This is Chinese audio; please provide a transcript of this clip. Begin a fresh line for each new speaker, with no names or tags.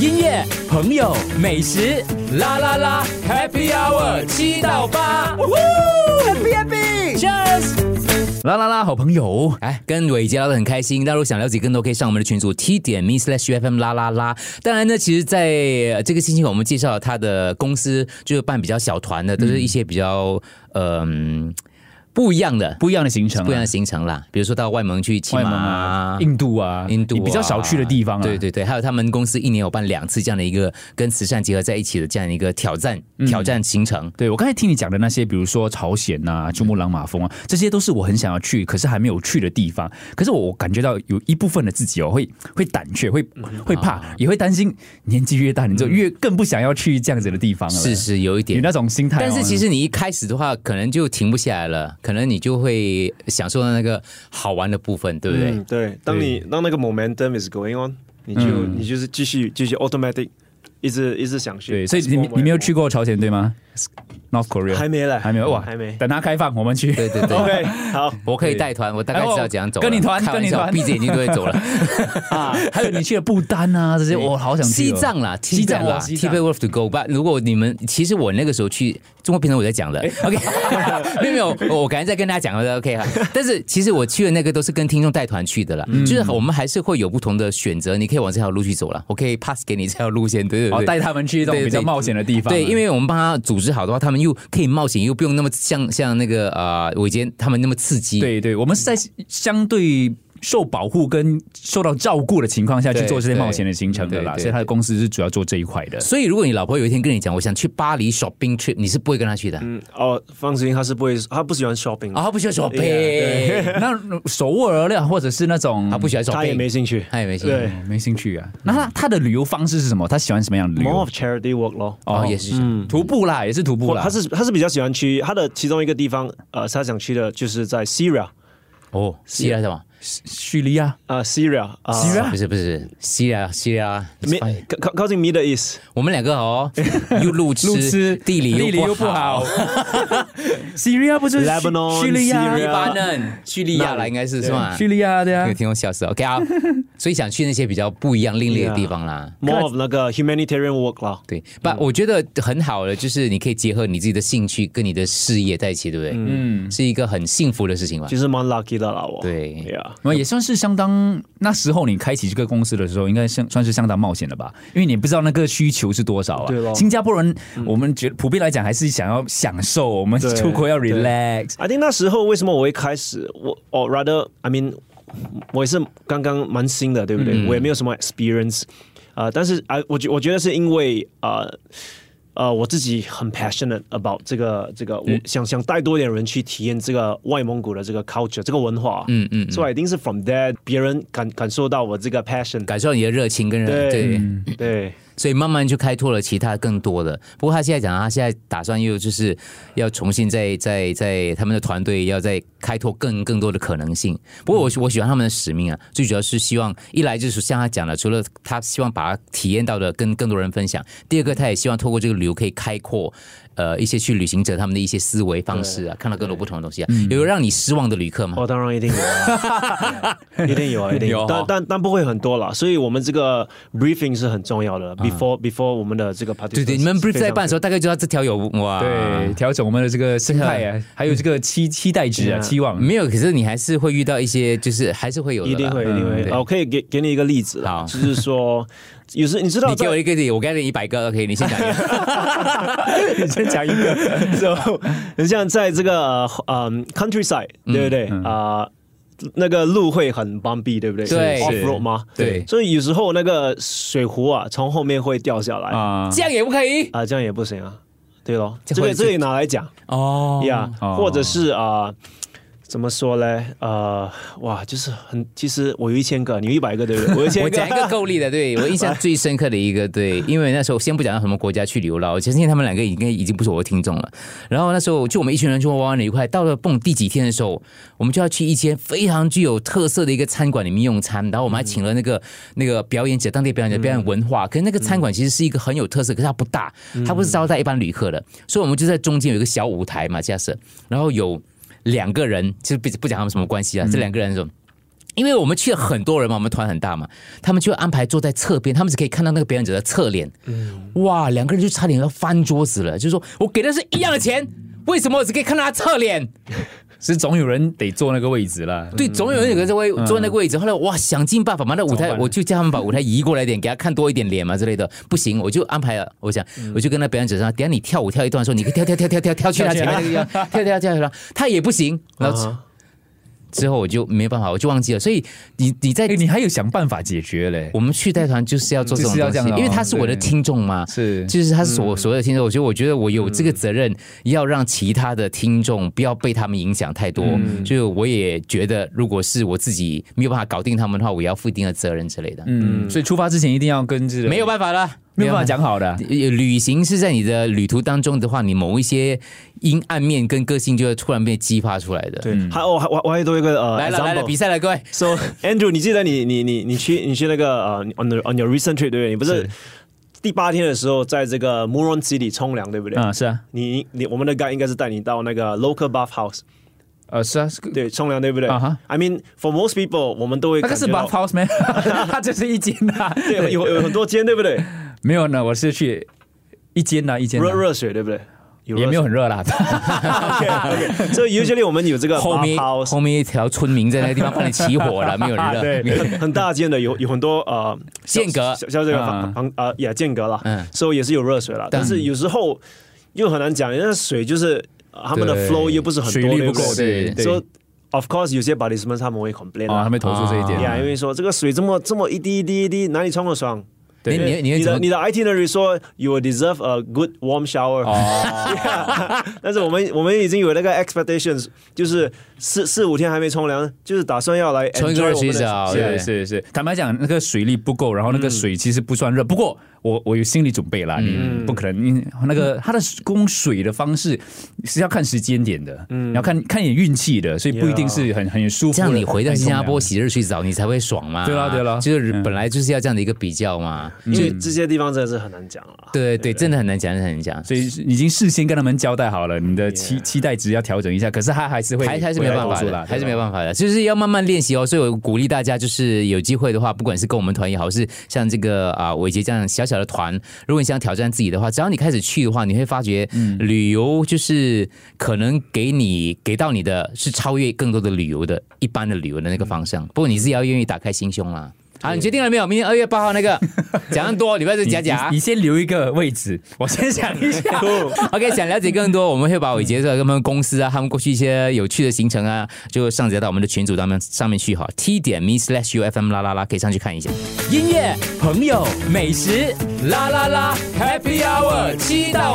音乐、朋友、美食，啦啦啦，Happy Hour 七到八，Happy Happy，Cheers！啦啦啦，好朋友，哎，跟伟杰聊得很开心。大家如果想了解更多，可以上我们的群组 t 点 me slash fm 啦啦啦。当然呢，其实在呃这个星期我们介绍了他的公司，就是办比较小团的，都是一些比较嗯、不一样的。
不一样的行程啊，
不一样的行程啦，比如说到外蒙去骑
外
马
蒙啊，印度啊，
印度、
你比较少去的地方啊，
对对对，还有他们公司一年有办两次这样的一个跟慈善结合在一起的这样一个挑战、
嗯
挑战行程。
对，我刚才听你讲的那些，比如说朝鲜
嗯
呐、珠穆朗玛峰啊，这些都是我很想要去，可是还没有去的地方。可是我我感觉到有一部分的自己哦，会会胆怯，会
嗯
会怕，
啊
也会担心。年纪越大，你就越更不想要去这样子的地方了。
是，是有一
有
点，
那种心态哦。
但是其实你一开始的话，可能就停不下来了，可能你就会享受到那个好玩的部分，对不对？
嗯，对，当你当那个 momentum is going on，你就、
嗯
你就是继续继续 automatic，一直一直想去。
对，所以你你
哦
没有去过朝鲜对吗？North Korea
还没嘞，
还没有哇，
还没。
等它开放我们去。
对对对。
OK，好
我可以带团，我大概知道怎样走了。
哎我跟你团
开玩笑
跟你团
毕姐已经都会走了。
啊， 还有你去了不丹啊，这些我好想去
西
哦。
藏啦，
西藏
啦
哇西
t
藏
i b e Wolf to go。But 如果你们，其实我那个时候去中国，平常我在讲
哎
的。OK，没有 没有，我我刚才在跟大家讲的。OK 哈，但是其实我去的那个都是跟听众带团去的啦，
嗯
就是我们还是会有不同的选择，你可以往这条路去走了。我可以 pass 给你这条路线，对对
哦，
对。
带他们去这种
对
比较
对
冒险的地方啊。
对，因为我们帮他组织好的话，他们又可以冒险，又不用那么像像那个呃伟杰他们那么刺激。
对对，我们是在相对受保护跟受到照顾的情况下去
对
做这些
对
冒险的行程的啦，
对对
所以他的公司是主要做这一块 的。
所以如果你老婆有一天跟你讲，我想去巴黎 shopping trip，你是不会跟她去的。
嗯，哦，放心，他是不会，他不喜欢 shopping，、
啊，她不喜欢 shopping，、
对
那首尔料或者是那种
她不喜欢 shopping，
他也没兴趣。
她也没兴趣。
对
哦没兴趣啊。那他他的旅游方式是什么？他喜欢什么样的旅
More
游
of？charity work 咯。
哦，也是，嗯，
徒步啦，也是徒步啦。
他是他是比较喜欢去他的其中一个地方，呃，他想去的就是在 Syria，
哦，希腊是吧？
叙利亚，
啊、s y r i a 啊、
Syria？
哦不是不是，希腊希腊，
没靠靠靠近 Middle East，
我们两个哦，又路痴，
路痴，
地理
地理又
不好，。
叙利亚不是
Lebanon，
叙利亚
Syria
黎巴嫩、叙利亚
那
啦，
里
应该是是吗？
叙利亚的呀
有。听我笑死了，OK 啊，所以想去那些比较不一样、另类的地方啦。
more of 那个 humanitarian work 啦。
对，不，我觉得很好的就是你可以结合你自己的兴趣跟你的事业在一起，对不对？嗯，是一个很幸福的事情吧
其？实蛮 lucky 的啦，我。
对
呀、
那也算是相当，那时候你开启这个公司的时候，应该相算是相当冒险的吧？因为你不知道那个需求是多少啊。
对咯
新加坡人，我们觉得普遍来讲还是想要享受，我们
对
出国要
对
relax。
I think 那时候为什么我会开始，我 or rather I mean，我也是刚刚蛮新的，对不对？我也没有什么 experience，啊、呃但是啊、我觉我觉得是因为啊。呃呃，我自己很 passionate about 这个这个，我想想带多一点人去体验这个外蒙古的这个 culture 这个文化，嗯嗯，所以一定是 from there 别人感感受到我这个 passion，
感受到你的热情跟热对。
对，
所以慢慢就开拓了其他更多的。不过他现在讲，他现在打算又就是要重新再再再他们的团队要再开拓更更多的可能性。不
嗯
过我我喜欢他们的使命啊，最主要是希望一来就是像他讲的，除了他希望把他体验到的跟更多人分享，第二个他也希望透过这个旅游可以开阔。呃，一些去旅行者他们的一些思维方式啊，看到更多不同的东西啊，有让你失望的旅客吗？
嗯哦，当然一定有啊， 一定有啊，一定
有
有，
哦
但但但不会很多啦，所以我们这个 briefing 是很重要的，before before 我们的这个 party，
啊对对，你们 brief 在办的时候，大概就知道这条有哇，
对，调整我们的啊这个心态啊，还有这个期期待值啊，
嗯
期望。
没有，可是你还是会遇到一些，就是还是会有的
一
啦，嗯
定会一定会，
对
啊，我可以给给你一个例子啦
好，
就是说，有时你知道
你给
在
我一个点，我给你一百个，OK，你先讲一个。
你先讲一个，
so，很像在这个呃嗯 countryside，对不
嗯
对啊？那个路会很 bumpy，对不对？
对
off road 吗？
对
所以有时候那个水壶啊，从后面会掉下来啊，
啊
这，样也不可以
这样也不行啊，对咯，
这
这
会
个这个也拿来讲，
哦
呀
哦
或者是啊、呃怎么说嘞？呃，哇，就是很，其实我有一千个，你有一百个，对不对？我有一千
我讲一个够力的，对我印象最深刻的一个，对，因为那时候先不讲到什么国家去流浪，我相信他们两个应该已经不是我的听众了。然后那时候就我们一群人去玩玩了一块，到了蹦第几天的时候，我们就要去一间非常具有特色的一个餐馆里面用餐，然后我们还请了那个、那个表演者，当地表演者表演文化。可是那个餐馆其实是一个很有特色，可是它不大，它不是招待一般旅客的，所以我们就在中间有一个小舞台嘛，架设，然后有两个人，其实不不讲他们什么关系啊，这两个人那种。因为我们去了很多人嘛，我们团很大嘛，他们就安排坐在侧边，他们只可以看到那个表演者的侧脸。哇，两个人就差点要翻桌子了，就说我给的是一样的钱，为什么我只可以看到他侧脸？
是总有人得坐那个位置啦。
对，总有人有个在位坐那个位置。后来哇，想尽办法把那舞
怎么
台，
办
我就叫他们把舞台移过来一点，给他看多一点脸嘛之类的。不行，我就安排了，我想我就跟那表演者说，等一下你跳舞跳一段的时候，你可以跳跳跳跳跳跳去他前面那个地方，跳跳跳跳，他也不行。然后
啊
之后我就没办法，我就忘记了。所以你你在
哎、你还有想办法解决嘞？
我们去带团就是要做这种
就是要
东
这
西
样，的哦
因为他是我的
对嗯
听众嘛，
是
就是他是我所有的听众，我觉得我觉得我有这个责任，要让其他的听众不要被他们影响太多。
嗯
就我也觉得，如果是我自己没有办法搞定他们的话，我也要负一定的责任之类的。
嗯，所以出发之前一定要跟这个
没有办法啦，
没有办法。讲好的啊、
呃旅行是在你的旅途当中的话，你某一些阴暗面跟个性就会突然被激发出来的。，
对，还哦我还我我还有多一个呃，
来了来了，
example
比赛了，各位。
So Andrew，你记得你你你你去你去那个呃、on the on your recent trip 对不对？你不是第八天的时候在这个 Muron City 冲凉对不对？
嗯，是啊，
你你我们的 guy 应该是带你到那个 local bath house
呃，是啊，是
对冲凉对不对、
啊哈
i mean for most people 我们都会
那个是
感觉
bath
到
house 吗？ 它就是一间呐、啊，
对有有很多间对不对？
没有呢，我是去一间呐、一间、呐
热热水对不对？有热
也没有很热啦。
OK OK，所 以 usually 我们有这个
后
bath
面
house
后面一条村民在那个地方帮你起火了，没有人
对
了。
很很大间的，有有很多呃小
间隔
小小这个
啊
房房呃也间隔了，
嗯
所以也是有热水了，但是有时候又很难讲，因为水就是呃他们的
对
flow 又不是很多，
水力
对
不
不
够，
对
对
不
对。
所以 of course 有些 b o d y s m a n 他们会 complain
啊，他
啦，
们投诉这一点，
啊
呀，因为说这个水这么这么一滴一滴一滴，哪里冲得爽？
你你你会
你
怎么
的你的 itinerary 说 you will deserve a good warm shower，、但是我们我们已经有那个 expectations，就是四四五天还没冲凉，就是打算要来
冲一
enjoy
个热
我
水
们的
澡
是
对
是是是，坦白讲，那个水力不够，然后那个水其实不算热。不过我我有心理准备啦，
嗯
你不可能你那个它的供水的方式是要看时间点的，嗯，要看看你运气的，所以不一定是很很舒服
这
的。
样你回到新加坡
很
洗热水澡，你才会爽嘛。
对啦对啦
就是
嗯
本来就是要这样的一个比较嘛。
因为这些地方真的是很难讲啊了。
对对，真的很难讲，真的很难讲。
冲凉，所以已经事先跟他们交代好了，你的期
Yeah
期待值要调整一下，可是他还是会
还还是没办法
回来投诉啦
的，还是没
法。
办法的，就是要慢慢练习哦。所以我鼓励大家，就是有机会的话，不管是跟我们团也好，是像这个啊伟杰这样小小的团，如果你想挑战自己的话，只要你开始去的话，你会发觉
嗯
旅游就是可能给你给到你的是超越更多的旅游的一般的旅游的那个方
嗯
向。不过你是要愿意打开心胸啦。好，你决定了没有？明天二月八号那 个讲得多，礼拜四
你
讲讲啊
你。你先留一个位置，我先想一下。
OK，想了解更多，我们会把伟杰的他们公司啊，他们过去一些有趣的行程啊，就上载到我们的群组当中上面去哈。T 点 me slash ufm 啦啦啦，可以上去看一下。音乐、朋友、美食，啦啦啦，Happy Hour 七到